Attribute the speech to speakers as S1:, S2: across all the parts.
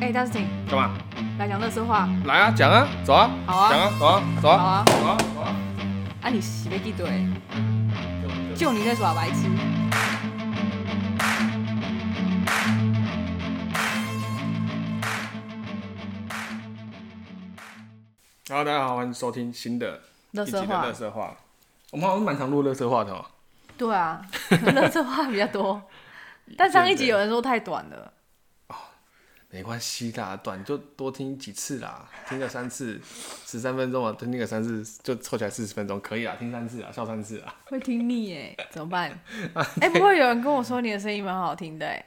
S1: 哎、大师请
S2: 干嘛？
S1: 来讲乐色话，
S2: 来啊，讲啊，走啊，
S1: 好啊
S2: 讲啊，走啊，走
S1: 好
S2: 啊，
S1: 啊！
S2: 走啊，走啊。
S1: 啊，你洗被地怼，就你在耍白痴。
S2: h e 大家好，欢迎收听新的
S1: 乐
S2: 一集的
S1: 色话
S2: 乐，色话。我们好像蛮常录乐色话的哦。
S1: 对啊，乐色话比较 多。但上一集有人说太短了，
S2: 没关系啦，短就多听几次啦，听个三次， 十三分钟啊，听个三次就凑起来四十分钟，可以啦，听三次啊，笑三次啊。
S1: 会听腻哎，怎么 办？哎、不过有人跟我说你的声音蛮好听的哎。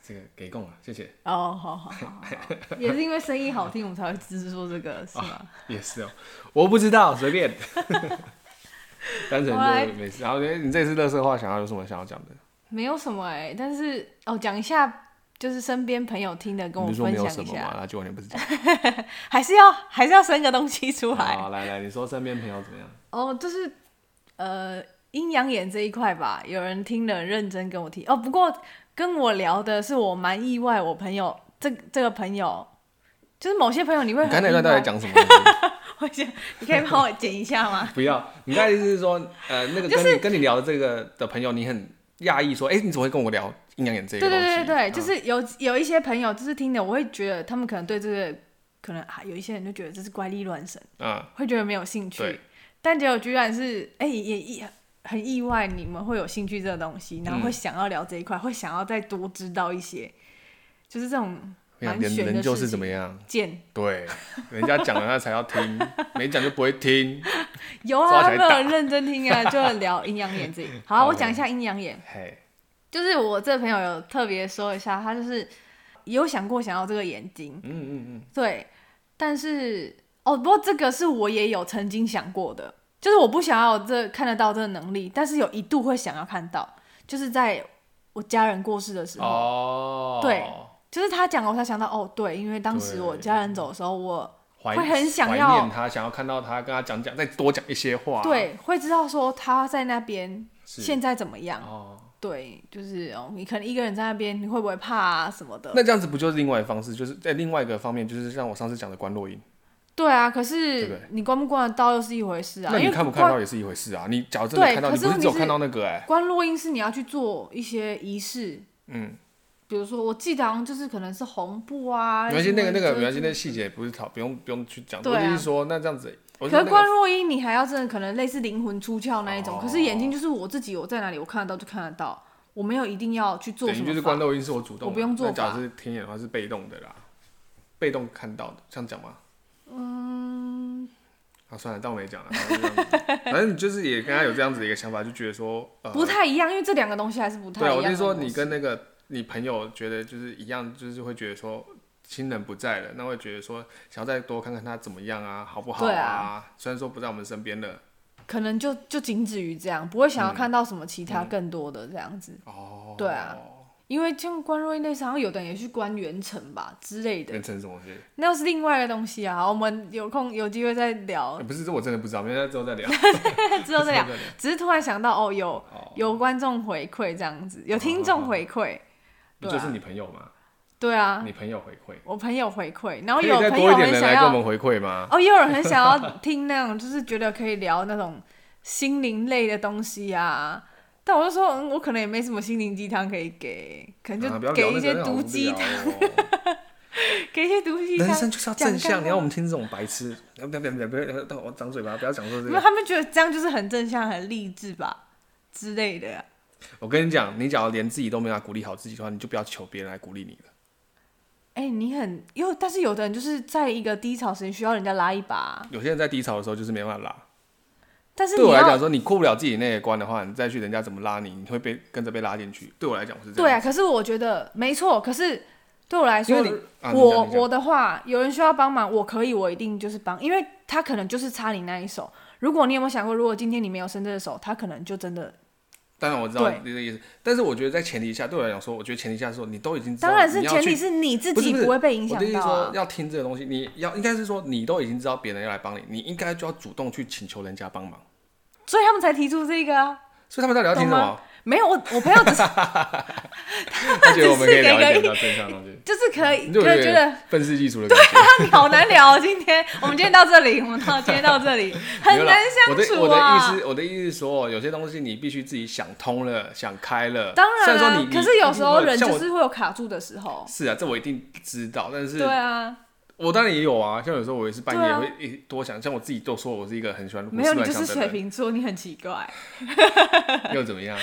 S2: 这个给供了，啊谢谢。
S1: 哦，好好好好，好也是因为声音好听，我们才会只是说这个是吗？
S2: 也是哦，我不知道，随便。单纯
S1: 好来
S2: 就没事。然后哎你这次乐色话想要有什么想要讲的？
S1: 没有什么哎，但是哦，讲一下。就是身边朋友听的，跟我
S2: 你不是说
S1: 分
S2: 没有
S1: 享
S2: 什
S1: 一
S2: 么嘛，
S1: 下，
S2: 那就完全不是讲。
S1: 还是要还是要生个东西出 来。
S2: 好，来来，你说身边朋友怎么样？
S1: 哦，就是呃阴阳眼这一块吧，有人听了认真跟我提哦。不过跟我聊的是我蛮意外，我朋友这这个朋友，就是某些朋友你会
S2: 你刚
S1: 很
S2: 才那段
S1: 意
S2: 到底
S1: 外，
S2: 讲什么？
S1: 我想你可以帮我剪一下吗？
S2: 不要，你刚才意思是说，呃，那个跟你、跟你聊的这个的朋友，你很讶异，说，哎、你怎么会跟我聊阴阳眼 这个
S1: 对
S2: 东
S1: 对
S2: 西？
S1: 对对，就
S2: 嗯
S1: 是有有一些朋友就是听的，我会觉得他们可能对这个，可能啊有一些人就觉得这是怪力乱神，
S2: 嗯，
S1: 会觉得没有兴趣
S2: 对。
S1: 但结果居然是哎、也意很意外，你们会有兴趣这个东西，
S2: 嗯
S1: 然后会想要聊这一块，会想要再多知道一些，就是这种
S2: 我想
S1: 蛮
S2: 人
S1: 玄的
S2: 人就
S1: 事
S2: 是怎
S1: 情
S2: 么样？
S1: 见
S2: 对，人家讲了那才要听，没讲就不会听。
S1: 有
S2: 抓
S1: 啊，他
S2: 起来
S1: 没有人认真听 啊，就聊阴阳眼这里。好啊，我
S2: OK
S1: 讲一下阴阳眼，
S2: 嘿，
S1: 就是我这个朋友有特别说一下，他就是有想过想要这个眼睛，
S2: 嗯嗯嗯，
S1: 对，但是哦，不过这个是我也有曾经想过的，就是我不想要有这看得到这个能力，但是有一度会想要看到，就是在我家人过世的时候，
S2: 哦，
S1: 对，就是他讲了我才想到，哦，对，因为当时我
S2: 对啊
S1: 家人走的时候，我
S2: 怀
S1: 会很想
S2: 怀
S1: 要
S2: 念他，想要看到他，跟他讲讲，再多讲一些话。，
S1: 对会知道说他在那边
S2: 是
S1: 现在怎么样，
S2: 哦，
S1: 对，就是哦，你可能一个人在那边，你会不会怕啊什么的？
S2: 那这样子不就是另外一个方式？就是在另外一个方面，就是像我上次讲的关落音。
S1: 对啊，可
S2: 对不
S1: 是
S2: 对
S1: 你关不关得到又是一回事啊，
S2: 那
S1: 因
S2: 你
S1: 为
S2: 看不看
S1: 关
S2: 到也是一回事啊。你假如真的
S1: 对
S2: 看到，
S1: 可
S2: 你
S1: 是
S2: 不
S1: 问
S2: 只有
S1: 题
S2: 看
S1: 是
S2: 到那个哎、
S1: 关落音是你要去做一些仪式，
S2: 嗯，
S1: 比如说我记得好像就是可能是红布啊，
S2: 没关系，那个那个
S1: 什么
S2: 没关系，
S1: 遮
S2: 那
S1: 住
S2: 细节不是讨不用不用去讲，
S1: 对
S2: 我
S1: 啊
S2: 就是说那这样子，我
S1: 可
S2: 说
S1: 是
S2: 那
S1: 关
S2: 个
S1: 若音，你还要真的可能类似灵魂出窍那一种，
S2: 哦
S1: 可是眼睛就是我自己我在哪里我看得到就看得到，我没有一定要去做
S2: 等
S1: 什
S2: 于
S1: 么
S2: 就是
S1: 法
S2: 关漏音是我主动的，
S1: 我不用做
S2: 那假
S1: 法
S2: 如是天眼的话是被动的啦，被动看到的，这样讲吗？
S1: 嗯，
S2: 啊，算了，当我没讲了。反正就这样子反正你就是也跟他有这样子的一个想法，就觉得说，呃，
S1: 不太一样，因为这两个东西还是不太一
S2: 对啊，
S1: 样
S2: 我
S1: 的东
S2: 就是
S1: 西。
S2: 说你跟那个你朋友觉得就是一样，就是会觉得说亲人不在了，那会觉得说想要再多看看他怎么样啊，好不好
S1: 对
S2: 啊？虽然说不在我们身边了，
S1: 可能就就仅止于这样，不会想要看到什么其他
S2: 嗯
S1: 更多的这样子。
S2: 哦，
S1: 对啊，因为像关若音那时候，好像有的人也去关元城吧之类的
S2: 变，成什么东西？
S1: 那又是另外一个东西啊。我们有空有机会再聊
S2: 欸、，不是，这我真的不知道，没事，之后再聊。
S1: 之哦 后再 聊。只是突然想到，哦，有
S2: 哦，
S1: 有观众回馈这样子，有听众回馈，
S2: 不
S1: 对啊
S2: 就是你朋友吗？
S1: 对啊，
S2: 你朋友回馈，
S1: 我朋友回馈，然后
S2: 可以
S1: 有
S2: 再
S1: 朋
S2: 多一
S1: 友
S2: 点
S1: 很
S2: 人
S1: 想
S2: 来跟我
S1: 要，
S2: 们回 馈吗？
S1: 哦，也有人很想要听那种，就是觉得可以聊那种心灵类的东西啊。但我就说，嗯，我可能也没什么心灵鸡汤可以给，可能
S2: 啊不要
S1: 就给
S2: 聊那
S1: 一
S2: 个
S1: 些
S2: 那好
S1: 毒
S2: 无
S1: 鸡
S2: 聊
S1: 汤，
S2: 哦
S1: 给一些毒鸡
S2: 人
S1: 汤。
S2: 生就是要
S1: 讲
S2: 正向，
S1: 干
S2: 你要我们听这种白痴， 不要不要不要不要，不要我张嘴巴，不要讲说 这
S1: 没有，
S2: 个。
S1: 他们觉得这样就是很正向、很励志吧之类的啊。
S2: 我跟你讲，你假如连自己都没有鼓励好自己的话，你就不要求别人来鼓励你了。
S1: 哎、你很，因为但是有的人就是在一个低潮时间需要人家拉一把啊、
S2: 有些人在低潮的时候就是没办法拉。
S1: 但是
S2: 对
S1: 你
S2: 我来
S1: 要
S2: 讲，说你过不了自己那一关的话，你再去人家怎么拉你，你会被跟着被拉进去。对我来讲我是这
S1: 对
S2: 样
S1: 啊，
S2: 子。
S1: 可是我觉得没错，可是对我来
S2: 因
S1: 说，
S2: 为你啊，你
S1: 我
S2: 讲你讲
S1: 我的话，有人需要帮忙，我可以，我一定就是帮，因为他可能就是差你那一手。如果你有没有想过，如果今天你没有伸这个手，他可能就真的
S2: 当然我知道
S1: 对
S2: 你的意思，但是我觉得在前提下，对我来讲说，我觉得前提下说你都已经知道
S1: 当然是
S2: 啊你要
S1: 前提
S2: 去
S1: 是你自
S2: 不是
S1: 己
S2: 不是
S1: 会被影响
S2: 我的意思
S1: 到、
S2: 说
S1: 啊。
S2: 要听这个东西，你要应该是说你都已经知道别人要来帮你，你应该就要主动去请求人家帮忙。
S1: 所以他们才提出这个啊。
S2: 所以他们到底要听什
S1: 懂
S2: 么
S1: 吗？没有我我朋友只是
S2: 他觉得我们可以聊一
S1: 只是
S2: 点
S1: 给，
S2: 比较正向的东西
S1: 就是可以，
S2: 你
S1: 就
S2: 就有
S1: 是觉得
S2: 点愤世嫉俗的感觉。
S1: 你好难聊哦，今天我们今天到这里，我们到今天到这 里，
S2: 没
S1: 很
S2: 有啦
S1: 难相处
S2: 我的我的意
S1: 啊。
S2: 思，我的意思是说，有些东西你必须自己想通了、想开了。
S1: 当然
S2: 虽
S1: 啦、
S2: 说你，
S1: 可是有时候
S2: 你
S1: 人
S2: 像
S1: 就
S2: 我
S1: 是会有卡住的时候。
S2: 是啊，这我一定知道。但是
S1: 对啊，
S2: 我当然也有啊，像有时候我也是半
S1: 对
S2: 夜
S1: 啊
S2: 会一多想，像我自己都说我是一个很喜欢胡
S1: 没有
S2: 思
S1: 你
S2: 乱
S1: 就
S2: 想
S1: 是
S2: 的
S1: 水
S2: 人，
S1: 瓶座，你很奇怪。
S2: 又怎么样？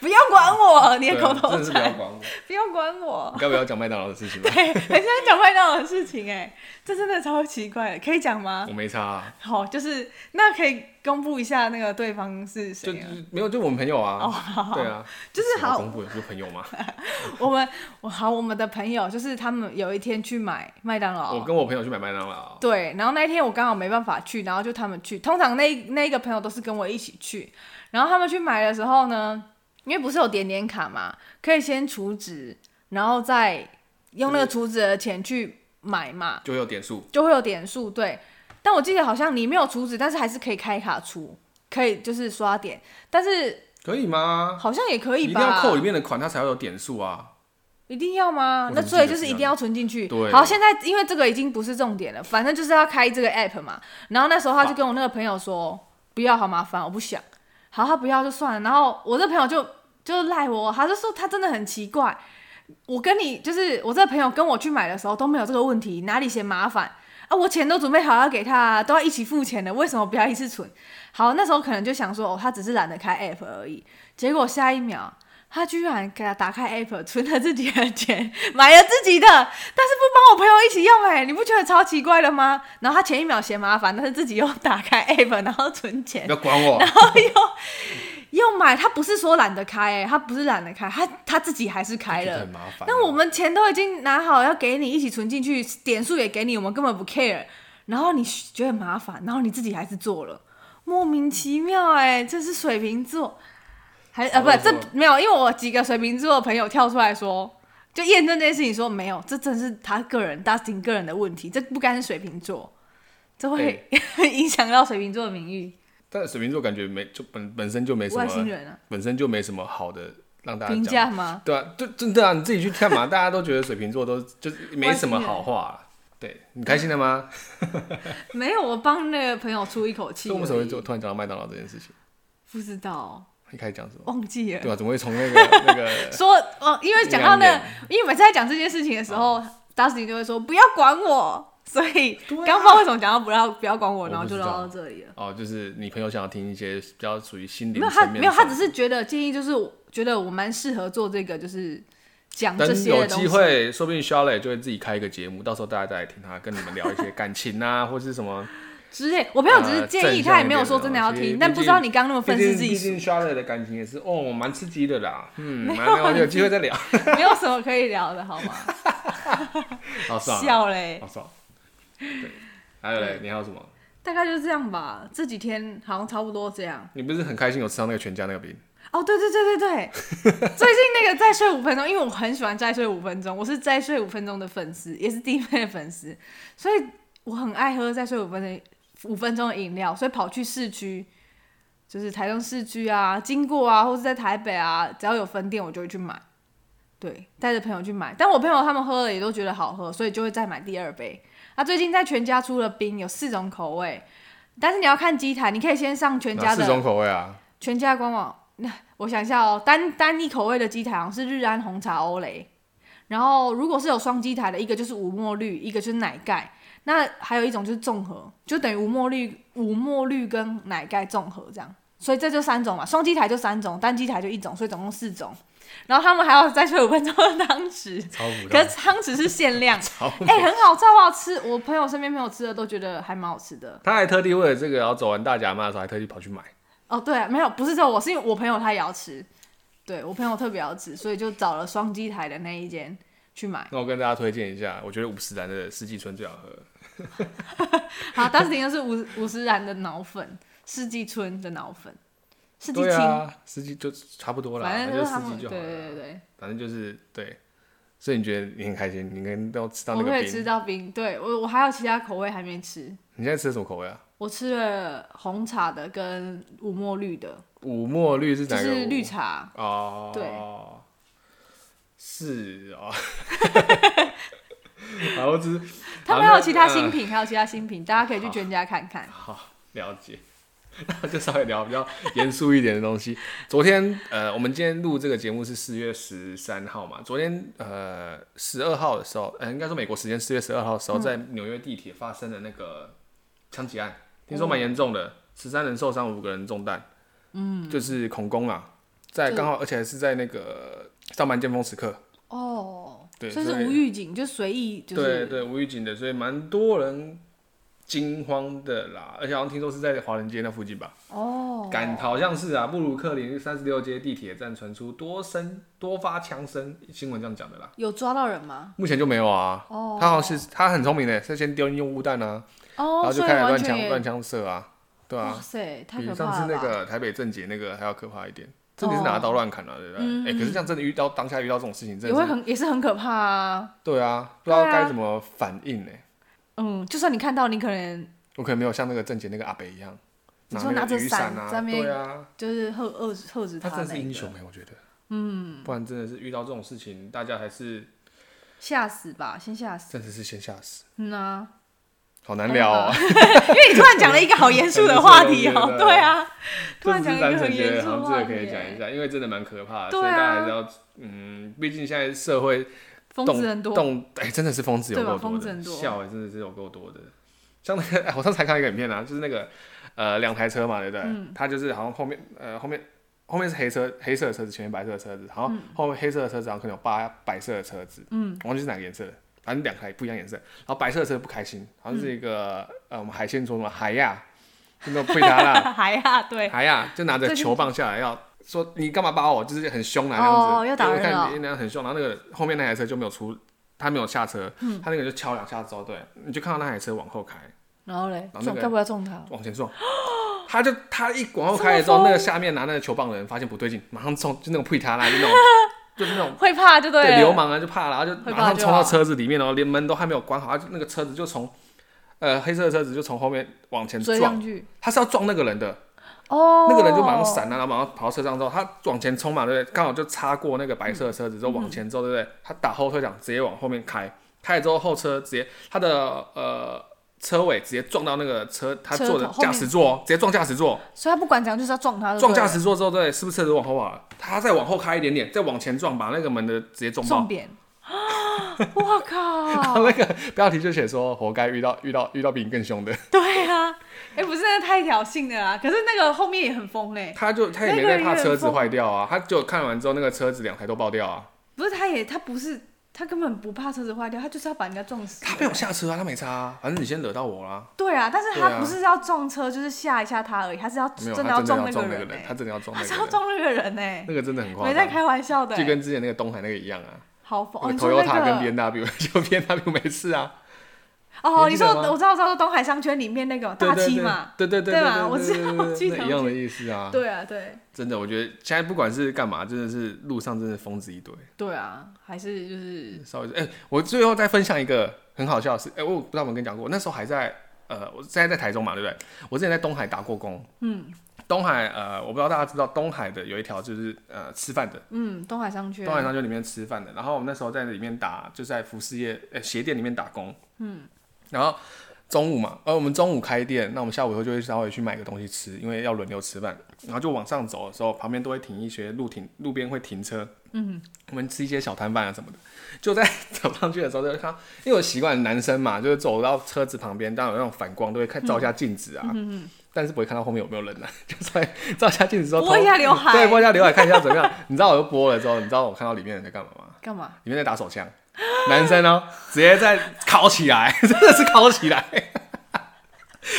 S1: 不要管我，你
S2: 对
S1: 的
S2: 啊
S1: 口头
S2: 真的是不要
S1: 禅，
S2: 管我，
S1: 不要管我
S2: 你。该不要讲麦当劳的事情 吧？
S1: 对，很想讲麦当劳的事情、哎，这真的超奇怪的，可以讲吗
S2: 我？没差、啊，
S1: 好，就是那可以公布一下那个对方是
S2: 就
S1: 谁啊？
S2: 没有，就我们朋友
S1: 哦，
S2: 啊，
S1: 好好
S2: 对啊，
S1: 就是
S2: 什么
S1: 好
S2: 公布有是朋友 嘛，
S1: 我们我好，我们的朋友就是他们有一天去买麦当劳，
S2: 我跟我朋友去买麦当劳，
S1: 对，然后那一天我刚好没办法去，然后就他们去。通常那一那一个朋友都是跟我一起去，然后他们去买的时候呢，因为不是有点点卡嘛，可以先储值，然后再用那个储值的钱去买嘛，
S2: 就会有点数，
S1: 就会有点数。对，但我记得好像你没有储值，但是还是可以开卡出，可以就是刷点，但是
S2: 可以吗？
S1: 好像也可
S2: 你
S1: 以
S2: 一定
S1: 吧？
S2: 要扣里面的款，它才会有点数啊。
S1: 一定要吗
S2: 我？
S1: 那
S2: 怎么
S1: 所以
S2: 记
S1: 就
S2: 得
S1: 是
S2: 是
S1: 一定
S2: 这样
S1: 要存进去。
S2: 对
S1: 好，现在因为这个已经不是重点了，反正就是要开这个 app 嘛。然后那时候他就
S2: 好
S1: 跟我那个朋友说，不要，好麻烦，我不想。好，他不要就算了。然后我这朋友就就赖我，他就说他真的很奇怪，我跟你就是我这个朋友跟我去买的时候都没有这个问题，哪里嫌麻烦？啊，我钱都准备好要给他啊，都要一起付钱的，为什么不要一次存？好，那时候可能就想说，哦，他只是懒得开 app 而已。结果下一秒，他居然给他打开 app，存了自己的钱，买了自己的，但是不帮我朋友一起用、哎，你不觉得超奇怪了吗？然后他前一秒嫌麻烦，但是自己又打开 app，然后存钱
S2: 不，要管我，
S1: 又买。他不是说懒得开、哎，他不是懒得开，他他自己还是开
S2: 觉得
S1: 了
S2: 很。麻烦。啊哦
S1: 但我们钱都已经拿好，要给你一起存进去，点数也给你，我们根本不 care。然后你觉得很麻烦，然后你自己还是做了，莫名其妙哎、这是水瓶座，还呃
S2: 什
S1: 不
S2: 么
S1: 这
S2: 座
S1: 没有，因为我几个水瓶座的朋友跳出来说，就验证这件事情说没有，这真是他个人大婷个人的问题，这不该是水瓶座，这会、 影响到水瓶座的名誉，
S2: 但水瓶座感觉没就本本身就没什
S1: 外星
S2: 么，
S1: 人啊
S2: 本身就没什么好的让大家
S1: 评
S2: 讲。
S1: 价吗？
S2: 对啊，就真的啊，你自己去 看嘛，大家都觉得水瓶座都就是没什么好话啊。对你开心了吗？
S1: 没有，我帮那个朋友出一口气
S2: 所以
S1: 而
S2: 我
S1: 已，
S2: 们怎么会就突然讲到麦当劳这件事情？
S1: 不知道
S2: 一开始讲什么？
S1: 忘记了
S2: 对。吧、啊怎么会从那个 那个？
S1: 说，哦，因为讲到那
S2: 阴阳眼，
S1: 因为每次在讲这件事情的时候，达斯汀就会说不要管我， 所以
S2: 哦对啊
S1: 刚刚不知道为什么讲到不要不要管我，
S2: 我
S1: 然后
S2: 不
S1: 就
S2: 知
S1: 聊
S2: 道
S1: 到这里了。
S2: 哦，就是你朋友想要听一些比较属于心灵
S1: 没有他
S2: 层面的
S1: 没有他
S2: 事
S1: 只是觉得建议就是我觉得我蛮适合做这个，就是讲这
S2: 等
S1: 些
S2: 有
S1: 的东
S2: 机
S1: 西。
S2: 会，说不定 Charlotte 就会自己开一个节目，到时候大家再来听他跟你们聊一些感情 啊，或是什么。
S1: 之类，我朋友只是
S2: 呃
S1: 建议，
S2: 正
S1: 他
S2: 向
S1: 也
S2: 一
S1: 没有
S2: 点
S1: 说
S2: 的
S1: 真的
S2: 东
S1: 要
S2: 西
S1: 听，
S2: 毕
S1: 但不知
S2: 竟
S1: 道你刚刚那么
S2: 毕
S1: 愤世
S2: 竟
S1: 嫉
S2: 毕
S1: 俗，
S2: 竟 Charlotte 的感情也是，哦，蛮刺激的啦。嗯，蛮蛮有机会 再聊。
S1: 没有什么可以聊的好 吗？
S2: 好爽啊，
S1: 笑嘞
S2: 好，爽。对，还有嘞，你还有什么？
S1: 大概就这样吧。这几天好像差不多这样。
S2: 你不是很开心有吃到那个全家那个饼？
S1: 哦，对对对对 对，最近那个再睡五分钟，因为我很喜欢再睡五分钟，我是再睡五分钟的粉丝，也是弟妹的粉丝，所以我很爱喝再睡五分钟五分钟的饮料，所以跑去市区，就是台中市区啊，经过啊，或是在台北啊，只要有分店我就会去买，对，带着朋友去买，但我朋友他们喝了也都觉得好喝，所以就会再买第二杯。啊，最近在全家出了冰，有四种口味，但是你要看机台，你可以先上全
S2: 哪
S1: 家
S2: 四
S1: 的。
S2: 种口味啊？
S1: 全家官网，那我想一下哦，单单一口味的鸡台好像是日安红茶欧蕾，然后如果是有双鸡台的，一个就是无墨绿，一个就是奶盖，那还有一种就是综合，就等于无墨绿、无墨绿跟奶盖综合这样。所以这就三种嘛，双机台就三种，单机台就一种，所以总共四种。然后他们还要再睡五分钟的汤匙，
S2: 超普
S1: 可
S2: 通
S1: 是，汤匙是限量，
S2: 超普
S1: 哎、
S2: 通。
S1: 很好，超好吃。我朋友身边朋友吃的都觉得还蛮好吃的。
S2: 他还特地为了这个，然后走完大甲妈的时候，还特地跑去买。
S1: 哦，对、啊，没有，不是只有我，是因为我朋友他也要吃，对我朋友特别要吃，所以就找了双鸡台的那一间去买。
S2: 那我跟大家推荐一下，我觉得五十岚的四季春最好喝。
S1: 好，当时听的是五五十岚的脑粉，四季春的脑粉，四季
S2: 对啊
S1: 青，
S2: 啊，四季就差不多啦，
S1: 反
S2: 反
S1: 正
S2: 正
S1: 就
S2: 就是
S1: 他
S2: 四
S1: 们
S2: 季
S1: 对
S2: 就好了啦。
S1: 对对对，
S2: 反正就是对，所以你觉得你很开心，你能都吃到
S1: 我
S2: 那个
S1: 可以吃
S2: 冰。
S1: 到冰，对我我还有其他口味还没吃，
S2: 你现在吃的什么口味啊？
S1: 我吃了红茶的跟五墨绿的，
S2: 五墨绿是
S1: 就
S2: 哪个五？
S1: 是绿茶，
S2: 哦，
S1: 对，
S2: 是哦。 好，我只是
S1: 他
S2: 好
S1: 们还
S2: 那
S1: 有其他
S2: 嗯
S1: 新品，还有其他新品，大家可以去全家看看。
S2: 好，了解。 那就稍微聊比较严肃一点的东西。 昨天，呃，我们今天录这个节目是四月十三号嘛？昨天，呃，十二号的时候，呃，应该说美国时间四月十二号的
S1: 嗯
S2: 时候，在纽约地铁发生了那个枪击案，
S1: 哦
S2: 听说蛮严重的，十三人受伤，五个人中弹。嗯，就是恐攻啊，在
S1: 对
S2: 刚好，而且还是在那个上班尖峰时刻。
S1: 哦，
S2: 对
S1: 所以是
S2: 所以
S1: 无预警，就随意，就
S2: 对
S1: 是
S2: 对，无预警的，所以蛮多人惊慌的啦。而且好像听说是在华人街那附近吧。
S1: 哦，
S2: 赶好像是啊，布鲁克林三十六街地铁站传出多声多发枪声，新闻这样讲的啦。
S1: 有抓到人吗？
S2: 目前就没有啊。
S1: 哦
S2: 他好像是他很聪明的，他先丢烟雾弹啊，然
S1: 哦，
S2: 后就
S1: 所以
S2: 开始
S1: 完
S2: 乱
S1: 全
S2: 枪
S1: 也
S2: 乱枪射啊，对啊
S1: 哇，塞，太
S2: 比
S1: 可
S2: 上
S1: 怕
S2: 次
S1: 了
S2: 那
S1: 吧！哦
S2: 个台北正解那个还要可怕一点。这里是拿刀乱砍啊，对不对？哎，可是这样真的遇到当下遇到这种事情，真
S1: 也嗯
S2: 的
S1: 会
S2: 是
S1: 很也是很可怕啊。
S2: 对啊，不知
S1: 对啊
S2: 道该怎么反应呢。
S1: 嗯，就算你看到，你可能
S2: 我可能没有像那个正解那个阿北一样，
S1: 你
S2: 拿
S1: 说
S2: 那
S1: 拿
S2: 个
S1: 着
S2: 雨
S1: 伞
S2: 伞啊，
S1: 在那边
S2: 对啊，
S1: 就是喝遏制遏制
S2: 他
S1: 那
S2: 真的是英
S1: 个
S2: 雄，哎，我觉得，嗯，不然真的是遇到这种事情，大家还是
S1: 吓死吧，先吓死。
S2: 真的是先吓死，
S1: 嗯啊，
S2: 好难聊哦、
S1: 因为你突然讲了一个好严肃的话题
S2: 很严肃的
S1: 哦，
S2: 东西
S1: 对啊， 突
S2: 这
S1: 然
S2: 只
S1: 讲
S2: 是
S1: 了一个
S2: 单纯
S1: 很
S2: 觉
S1: 严
S2: 得
S1: 肃
S2: 好
S1: 的
S2: 像
S1: 话题
S2: 这
S1: 哦
S2: 个可以讲一
S1: 耶，
S2: 下，因为真的蛮可怕的，
S1: 对啊
S2: 所以大家还是要，嗯，毕竟现在社会
S1: 疯
S2: 动
S1: 子很多，
S2: 动，哎、真的是疯子有
S1: 对吧
S2: 够多
S1: 疯子
S2: 的，
S1: 很多
S2: 笑哎、真的是有够多的。像那个，哎我上次还看到一个影片啊，就是那个呃两台车嘛，对不对？
S1: 嗯
S2: 他就是好像后面呃后面后面是黑车黑色的车子，前面白色的车子，然
S1: 嗯
S2: 后后面黑色的车子，然后可能有八白色的车子，嗯，忘记是哪个颜色了，反正两台不一样颜色。然后白色的车不开心，然
S1: 嗯
S2: 后是一个、呃我们海鲜说什么海亚，就那种贝塔啦，
S1: 还啊， 对，
S2: 海亚哎就拿着
S1: 最近
S2: 球棒下来要。说你干嘛扒我？就是很凶啊，那样子。
S1: 哦要打人
S2: 因为我
S1: 了
S2: 看你那样很凶，然后那个后面那台车就没有出，他没有下车，
S1: 嗯
S2: 他那个就敲两下之后，对，你就看到那台车往后开，
S1: 然后嘞
S2: 然后，那
S1: 撞
S2: 个
S1: 该不会要撞他？
S2: 往 前撞，他就他一往后开了之后，
S1: 这么疯
S2: 那个下面拿那个球棒的人发现不对劲，马上冲，就那种呸他啦，就那种 就是那种
S1: 会怕就
S2: 对
S1: 了，
S2: 流氓啊就怕了，然后就
S1: 会
S2: 马
S1: 怕
S2: 上
S1: 就
S2: 冲到
S1: 好
S2: 车子里面，然后连门都还没有关好，他就那个车子就从呃黑色的车子就从后面往前
S1: 追
S2: 撞
S1: 上，去，
S2: 他是要撞那个人的，
S1: 哦，
S2: 那个人就马上闪啊了，然后马上跑到车上之后，他往前冲嘛，对不对？刚好就擦过那个白色的车子之后往前之后，对不对？他打后退档，直接往后面开，开了之后后车直接他的呃车尾直接撞到那个车他
S1: 车
S2: 坐的
S1: 头后
S2: 驾
S1: 面呃
S2: 驶座哦，直接撞驾驶座，
S1: 所以他不管怎样就是要撞他就对
S2: 撞
S1: 了，
S2: 驾驶座之后，对，是不是车子往后跑了？他再往后开一点点，再往前撞，把那个门的直接撞
S1: 重
S2: 爆。
S1: 点。 我
S2: 然
S1: 靠！
S2: 后那个标题就写说，活该遇到遇到遇到比你更凶的，
S1: 对啊，哎、不是那太挑衅了啦。可是那个后面也很疯哎嘞、
S2: 他就他也
S1: 那
S2: 没
S1: 个
S2: 在
S1: 人
S2: 怕
S1: 很
S2: 车子
S1: 疯
S2: 坏掉啊，他就看完之后那个车子两台都爆掉啊，
S1: 不是他也他不是他根本不怕车子坏掉，他就是要把人家撞死。
S2: 他没有下车啊，他没差啊，反正你先惹到我啦、
S1: 对啊，但是
S2: 对啊
S1: 他不是要撞车，就是吓一下他而已，他是要
S2: 没有，
S1: 真
S2: 他
S1: 的
S2: 真的
S1: 撞
S2: 要
S1: 那个
S2: 那个
S1: 欸
S2: 人，他真的要撞
S1: 他
S2: 那
S1: 是
S2: 个
S1: 要
S2: 人，
S1: 撞那个人哎、
S2: 那个真的很夸
S1: 没在
S2: 张，
S1: 开玩笑的、
S2: 就
S1: 欸，
S2: 跟之前那个东海那个一样啊。
S1: 好疯、哦！
S2: 那个
S1: 你说那
S2: Toyota 跟
S1: 个
S2: B N W 就 B N W 没事啊，
S1: 哦，
S2: 你
S1: 你
S2: 记得
S1: 说
S2: 吗
S1: 我知道，我知道，东海商圈里面那个
S2: 对
S1: 大七嘛，，
S2: 对对对
S1: 对
S2: 对
S1: 吧我知道
S2: 对对
S1: 我记得
S2: 那一样的意思啊。
S1: 对啊，对
S2: 真的，我觉得现在不管是干嘛，真的是路上真的疯子一堆。
S1: 对啊，还是就是
S2: 稍微，哎、我最后再分享一个很好笑的事，哎、我不知道我们跟你讲过，我那时候还在，呃，我现在在台中嘛，对不对？我之前在东海打过工，嗯，东海，呃，我不知道大家知道东海的有一条就是呃吃饭的，
S1: 嗯，东海商圈
S2: 东海商圈里面吃饭的。然后我们那时候在里面打，就在服饰业呃鞋店里面打工。嗯，然后中午嘛，呃，我们中午开店，那我们下午以后就会稍微去买个东西吃，因为要轮流吃饭。然后就往上走的时候，旁边都会停一些路停，路边会停车。嗯，我们吃一些小摊贩啊什么的。就在 走上去的时候，就会看到，因为我习惯男生嘛，就是走到车子旁边，当然有那种反光，都会看照一下镜子啊。但是不会看到后面有没有人啊， 就稍微照一下镜子之后，
S1: 拨一下刘海
S2: 对，啊拨一下刘海看一下怎么样。你知道我又拨了之后，你知道我看到里面人在干嘛吗？
S1: 干嘛？
S2: 里面在打手枪，男生哦、直接在烤起来， 真的是烤起来，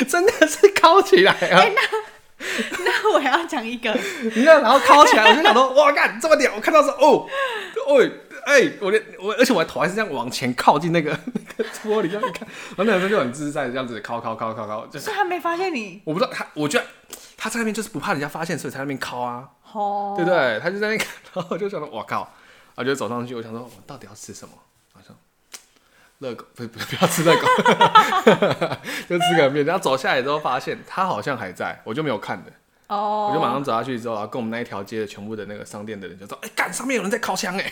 S2: 真的是烤起来啊！
S1: 那我要讲一个，
S2: 你看，然后烤起来，我就想说，哇，干这么屌！我看到说，哦，哦，哎、我的我，而且我的头还是这样往前靠近那个 那个玻璃，这样看，然后那男生就很自在地这样子烤烤烤烤烤，就是
S1: 所以他没发现你
S2: 我不知道他，我觉得他在那边就是不怕人家发现，所以才在那边烤啊。
S1: 哦，
S2: 对不对？他就在那边看，然后我就想到，我靠，后就走上去，我想说我到底要吃什么？我想嗯热狗，不不不要吃热狗， 就吃个面。然后走下来之后发现他好像还在，我就没有看的，
S1: 哦，
S2: 我就马上走下去之后，然后跟我们那一条街的全部的那个商店的人就说：“哎、干，上面有人在烤箱哎、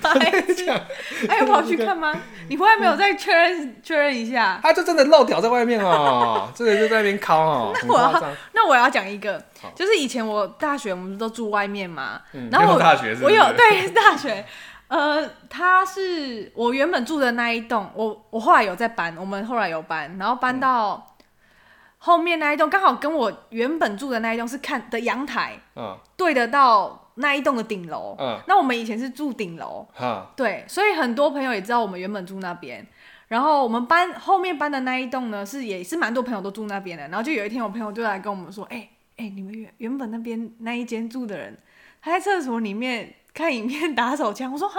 S1: 白痴，哎，有跑去看吗？你回来没有再确认确认一下？
S2: 啊他就真的露屌在外面哦，真的就在那边烤哦，很
S1: 我要
S2: 夸张。
S1: 那我要讲一个
S2: 好，
S1: 就是以前我大学我们不都住外面嘛，
S2: 嗯
S1: 然后我
S2: 你有大学是不
S1: 我
S2: 是
S1: 有对大学，呃，他是我原本住的那一栋，我我后来有在搬，我们后来有搬，然后搬
S2: 嗯
S1: 到后面那一栋，刚好跟我原本住的那一栋是看的阳台
S2: 嗯
S1: 对得到那一栋的顶楼，
S2: 嗯
S1: 那我们以前是住顶楼，
S2: 哈
S1: 对，所以很多朋友也知道我们原本住那边，然后我们搬后面搬的那一栋呢，是也是蛮多朋友都住那边的。然后就有一天，我朋友就来跟我们说：“哎、哎、你们原原本那边那一间住的人，他在厕所里面看影片打手枪。”我说：“哈，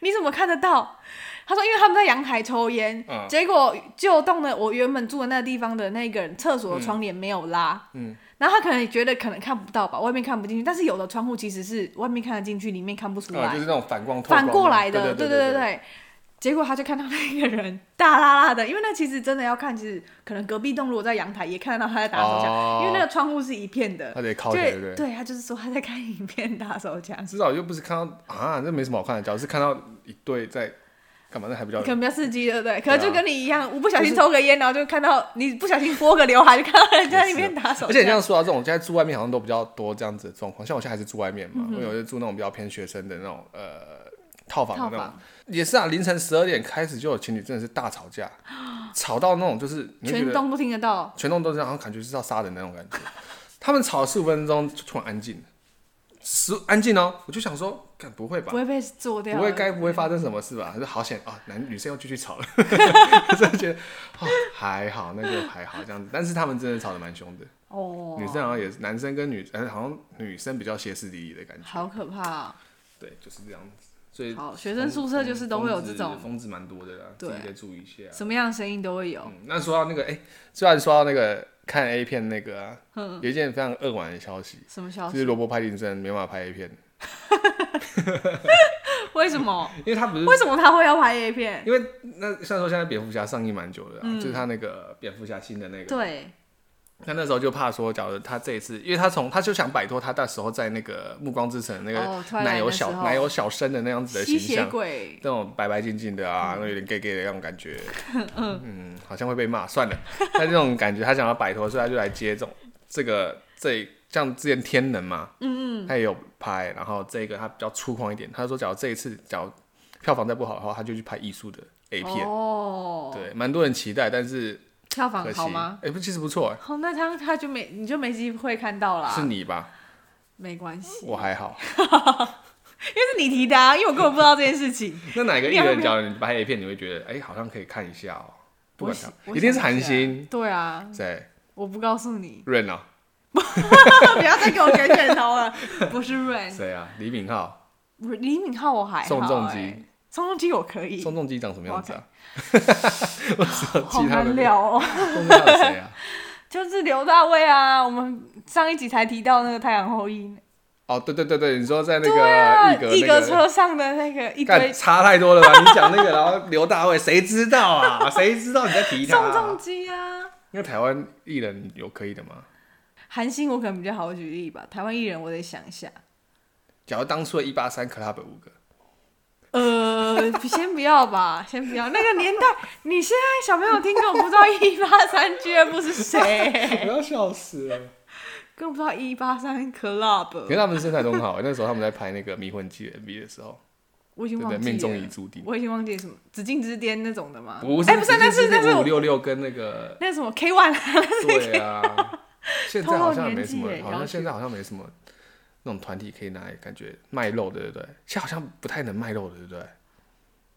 S1: 你怎么看得到？”他说：“因为他们在阳台抽烟。
S2: 嗯
S1: 结果旧栋的我原本住的那个地方的那个人厕所的窗帘没有拉，
S2: 嗯
S1: 然后他可能也觉得可能看不到吧，外面看不进去，但是有的窗户其实是外面看得进去，里面看不出来。
S2: 啊，就是那种反光透光
S1: 反过来的，
S2: 对
S1: 对
S2: 对
S1: 对结果他就看到那个人大拉拉的，因为那其实真的要看，其实可能隔壁栋如果在阳台也看得到他在打手枪，
S2: 哦
S1: 因为那个窗户是一片的
S2: 他，得靠
S1: 就
S2: 起来，
S1: 会
S2: 对不对？
S1: 对他就是说他在看影片打手 枪，
S2: 至少又不是看到啊，这没什么好看的。假如是看到一对在干嘛，那还比较
S1: 可能比较刺激，对不对？可
S2: 对啊
S1: 能就跟你一样，我不小心抽个烟，然后就看到你不小心拨个刘海，就看到人家在里面打手
S2: 而且你这
S1: 枪。
S2: 样说到这种，现在住外面好像都比较多这样子的状况。像我现在还是住外面
S1: 嗯
S2: 嘛，我有些住那种比较偏学生的那种呃套房的那
S1: 套
S2: 种
S1: 房，
S2: 也是啊，凌晨十二点开始就有情侣真的是大吵架，吵到那种就是你会觉
S1: 全
S2: 得
S1: 栋都听得到，
S2: 全栋都是，然后感觉是要杀人的那种感觉。他们吵了十五分钟就突然安静了，十安静哦，我就想说，干不会吧
S1: 不？会啊被做掉，
S2: 不会，该不会发生什么事吧？就好险啊，男女生又继续吵了， 真的觉得哦还好，那就还好这样子。但是他们真的吵得蛮凶的，
S1: 哦，
S2: 女生好像也是，男生跟女，呃，好像女生比较歇斯底里的感觉。
S1: 好可怕啊、
S2: 对，就是这样子。所以
S1: 好，学生宿舍就是都会有这种
S2: 疯子蛮多的啦，自
S1: 对
S2: 己得注意一下。
S1: 什么样的声音都会有，
S2: 嗯，那说到那个，哎、虽然说到那个看 A 片那个啊，有一件非常扼腕的消息，
S1: 什么消
S2: 就
S1: 息？
S2: 是罗伯·派丁森没办法拍 A 片，
S1: 为什么？
S2: 因为他不是
S1: 为什么他会要拍 A 片？
S2: 因为那虽然说现在蝙蝠侠上映蛮久的、啊，就是他那个蝙蝠侠新的那个，
S1: 嗯对，
S2: 他那时候就怕说，假如他这一次，因为他从他就想摆脱他那时候在那个《暮光之城》那
S1: 哦
S2: 个
S1: ，Twilight
S2: 奶油
S1: 那时
S2: 小、
S1: 候
S2: 奶油小生的那样子的形
S1: 吸血
S2: 象，
S1: 鬼，
S2: 那种白白净净的
S1: 嗯
S2: 啊，那有点 gay gay 的那种感 觉，嗯，好像会被骂，算了。他这种感觉，他想要摆脱，所以他就来接这种这个这像之前天能嘛，嗯嗯，他也有拍，然后这个他比较粗犷一点，他说假如这一次假如票房再不好的话，他就去拍艺术的 A 片，
S1: 哦，
S2: 对，蛮多人期待，但是
S1: 票房
S2: 可惜
S1: 好吗？？
S2: 哎、不，其实不错、
S1: 好，那他他就没你就没机会看到
S2: 是
S1: 啦，
S2: 你吧？
S1: 没关系，
S2: 我还好。
S1: 因为是你提的、啊，因为我根本不知道这件事情。
S2: 那哪个艺
S1: 你要
S2: 人
S1: 不
S2: 假如你拍 A 片，你会觉得哎、好像可以看一下哦、 不管
S1: 我
S2: 他，
S1: 想
S2: 一定是韩星，
S1: 对啊，
S2: 谁？，
S1: 我不告诉你
S2: 润啊，
S1: 不要再给我卷卷头了。 不是 Rain，
S2: 谁啊？李敏镐。
S1: 李敏镐我还好、欸，
S2: 宋仲基，
S1: 宋仲基我可以，
S2: 宋仲基长什么样子啊？
S1: 好
S2: 其他的
S1: 难聊哦。
S2: 宋仲基还有谁啊？
S1: 就是刘大卫啊，我们上一集才提到那个太阳后裔，
S2: 哦，对对对对，你说在那个
S1: 对啊，
S2: 一
S1: 一格
S2: 格那个，
S1: 车上的那个一堆
S2: 干差太多了吧？你 讲那个，然后刘大卫，谁知道啊？谁知道你在提他
S1: 宋仲
S2: 啊？
S1: 基啊。
S2: 因为台湾艺人有可以的吗？
S1: 韩星我可能比较好举例吧，台湾艺人我得想一下。
S2: 假如当初的一八三 club 五 个，
S1: 呃， 先不要吧，先不要。那个年代，你现在小朋友听根本不知道一八三俱乐部是谁，
S2: 我要笑死了。
S1: 根本不知道一八三
S2: 可是
S1: club，
S2: 他们身材都很好，那时候他们在拍那个《迷魂记》的 MV 的时候，
S1: 我已
S2: 对
S1: 经
S2: 不
S1: 忘
S2: 对？
S1: 记了。
S2: 命中已注定。
S1: 我已经忘记什么紫禁之巅那种的吗？
S2: 不是，
S1: 哎、不是，那是那是
S2: 五
S1: 我
S2: 六六跟那个，
S1: 那是什么 K One 啊？
S2: 对啊。现在好像也没什么
S1: 透露年纪，耶
S2: 好
S1: 要
S2: 像
S1: 去
S2: 现在好像没什么那种团体可以拿来感觉卖肉的，对不对？现在好像不太能卖肉的，对不对？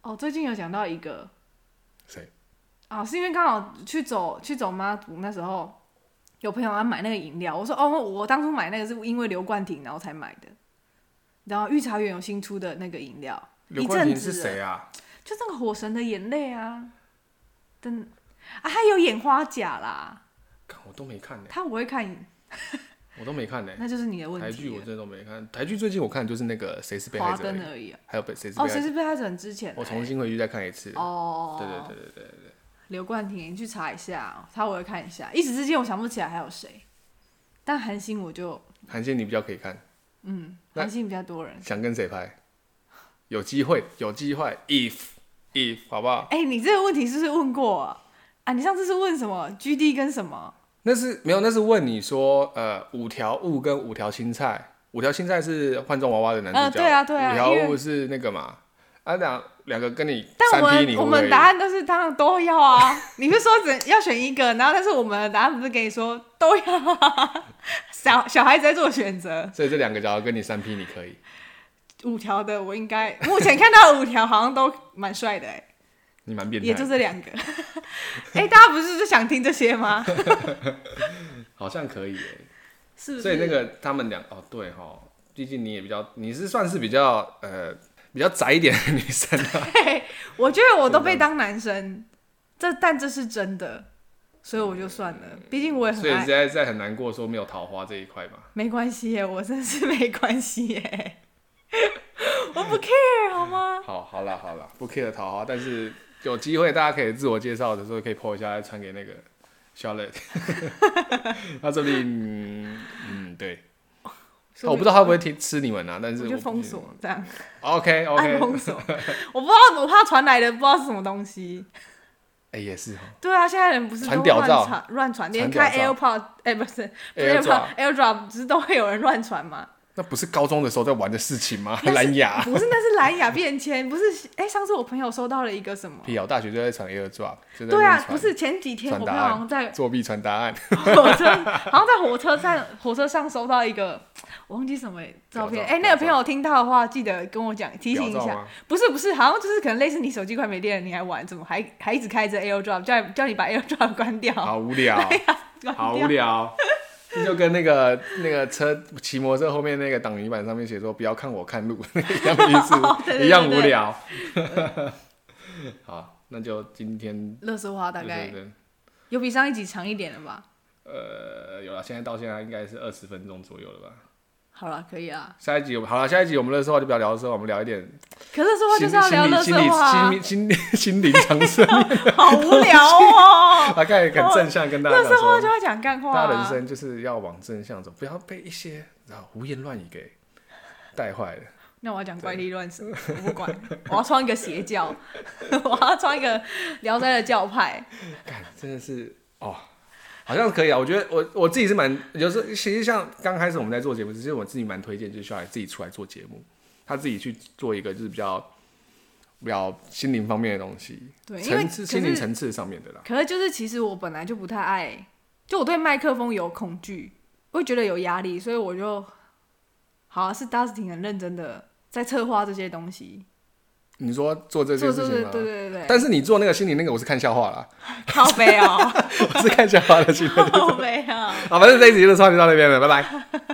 S1: 哦，最近有讲到一个
S2: 谁？
S1: 啊，是因为刚好去走去走妈祖那时候，有朋友要买那个饮料，我说哦，我当初买那个是因为刘冠廷然后才买的，然后御茶园有新出的那个饮料，
S2: 刘
S1: 一
S2: 冠
S1: 阵
S2: 廷
S1: 子
S2: 是
S1: 了
S2: 谁啊？
S1: 就那个《火神的眼泪》啊，真啊，他有演花甲啦，
S2: 看我都没看呢、
S1: 他不会看，
S2: 我都没看呢、
S1: 那就是你的问
S2: 台剧
S1: 题
S2: 我
S1: 了。
S2: 真的都没看，台剧最近我看就是那个谁是被害
S1: 华
S2: 者而
S1: 灯
S2: 已，
S1: 而已啊。
S2: 还有被谁是
S1: 哦，
S2: 被
S1: 谁
S2: 害者，
S1: 是被害者很之前的欸？
S2: 我重新回去再看一次。
S1: 哦，
S2: 对对对对对对，
S1: 刘冠廷，你去查一下，他我会看一下。一时之间我想不起来还有谁，但韩星我就
S2: 韩信你比较可以看，
S1: 嗯，
S2: 那
S1: 韩星比较多人。
S2: 想跟谁拍？有机会，有机会，if if 好不好？
S1: 哎、你这个问题是不是问过啊？啊你上次是问什么？G D 跟什么？
S2: 那是没有，那是问你说，呃，五条悟跟五条青菜，五条青菜是换装娃娃的男主角，
S1: 呃对啊对啊
S2: 五条
S1: 因
S2: 悟
S1: 为
S2: 是那个嘛，啊两两个跟你
S1: 但
S2: 三
S1: 我
S2: P
S1: 们
S2: 你会
S1: 我
S2: 不会
S1: 们答案都是当然都要啊。 你不是说只要选一个，然后但是我们的答案不是跟你说都要、啊？ 小小孩子在做选择，
S2: 所以这两个假如跟你三 P 你可以，
S1: 五条的我应该目前看到的五条好像都蛮帅的哎、
S2: 你蛮变态，
S1: 也就这两个。 哎、大家不是就想听这些 吗？
S2: 好哦像可以耶。
S1: 是不是？
S2: 所以那个他们两哦对哈，毕竟你也比较你是算是比较呃比较宅一点的女 生啊，
S1: 嘿我觉得我都被当男生，这但这是真的，所以我就算了，毕竟我也很
S2: 所以
S1: 爱
S2: 现。在在很难过说没有桃花这一块嘛。
S1: 没关系耶，我真的是没关系耶，我
S2: 嗯
S1: 不 care 好吗？
S2: 好，好啦，好啦，不 care 桃花，但是有机会大家可以自我介绍的时候可以 po 一下，再传给那个 Charlotte。他这里，嗯嗯，对，哦我不知道他会不会听吃你们啊，但是
S1: 我
S2: 我
S1: 就
S2: 不
S1: 封
S2: 信
S1: 锁这样，
S2: OK
S1: 按
S2: OK，
S1: 封锁。我不知道我怕传来的不知道是什么东西。
S2: 哎、也是哦，
S1: 对啊，现在人不是都
S2: 传屌
S1: 乱
S2: 照
S1: 传乱传，连
S2: 传
S1: 开
S2: 屌
S1: AirPod 哎、不是不是
S2: AirDrop
S1: AirPod AirDrop 不是都会有人乱传吗？
S2: 那不是高中的时候在玩的事情吗？
S1: 那是
S2: 蓝牙。
S1: 不是，那是蓝牙便签，不是。哎、上次我朋友收到了一个什么？
S2: 屁啊！我大学就在传 AirDrop，就在那边
S1: 对啊，
S2: 传
S1: 不是前几天我朋
S2: 传答
S1: 友好像
S2: 案，
S1: 在
S2: 作弊传答案，
S1: 火车，好像在 火车站火车上收到一个我忘记什么照片。
S2: 屌照
S1: 哎、那个朋友听到的话，记得跟我讲，提醒一
S2: 屌照啊
S1: 下
S2: 吗。
S1: 不是不是，好像就是可能类似你手机快没电了，你还玩，怎么还还一直开着 AirDrop，叫你叫你把 AirDrop 关掉，
S2: 好无聊，
S1: 关
S2: 好
S1: 掉。
S2: 无聊。这就跟那个那个车骑摩托车后面那个挡泥板上面写说“不要看我看路”一样意 思，
S1: 哦对对对
S2: 一样无聊。 好，那就今天
S1: 乐色话
S2: 就
S1: 大
S2: 是
S1: 概
S2: 这
S1: 有比上一集长一点了吧？
S2: 呃有了，现在到现在应该是二十分钟左右了吧。
S1: 好了，可以啊啦。
S2: 下一集我们好了，下一集我们的时候就不要聊的时候，我们聊一点
S1: 可乐色话啊
S2: 心
S1: 就是要聊乐
S2: 心
S1: 色
S2: 理
S1: 话、啊
S2: 心，理心理 心理常识，
S1: 好无聊哦。
S2: 大概很正向跟大家
S1: 乐
S2: 讲
S1: 色话就
S2: 说，
S1: 要讲干话、
S2: 大家人
S1: 啊，
S2: 生就是要往正向走，不要被一些然后胡言乱语给带坏了。
S1: 那我要讲怪力乱神，我不管，我要穿一个邪教， 我要穿一个《聊斋》的教派。
S2: 干，真的是哦，好像可以啊。我觉得我我自己是蛮，有时候其实像刚开始我们在做节目，其实我自己蛮推荐，就是小孩自己出来做节目，他自己去做一个就是比较比较心灵方面的东西，
S1: 对因为
S2: 层次心
S1: 可
S2: 灵
S1: 是
S2: 层次上面的啦。
S1: 可是就是其实我本来就不太爱，就我对麦克风有恐惧，我会觉得有压力，所以我就，好、啊、是 Dustin 很认真的在策划这些东西，
S2: 你说做这件
S1: 做
S2: 事
S1: 做
S2: 情
S1: 对
S2: 吗？
S1: 对对对对，
S2: 但是你做那个心灵那个，我是看笑话啦，
S1: 靠背哦，
S2: 我是看笑话的心灵。
S1: 靠背啊。
S2: 好，反正这一集就差不多到那边了，拜拜。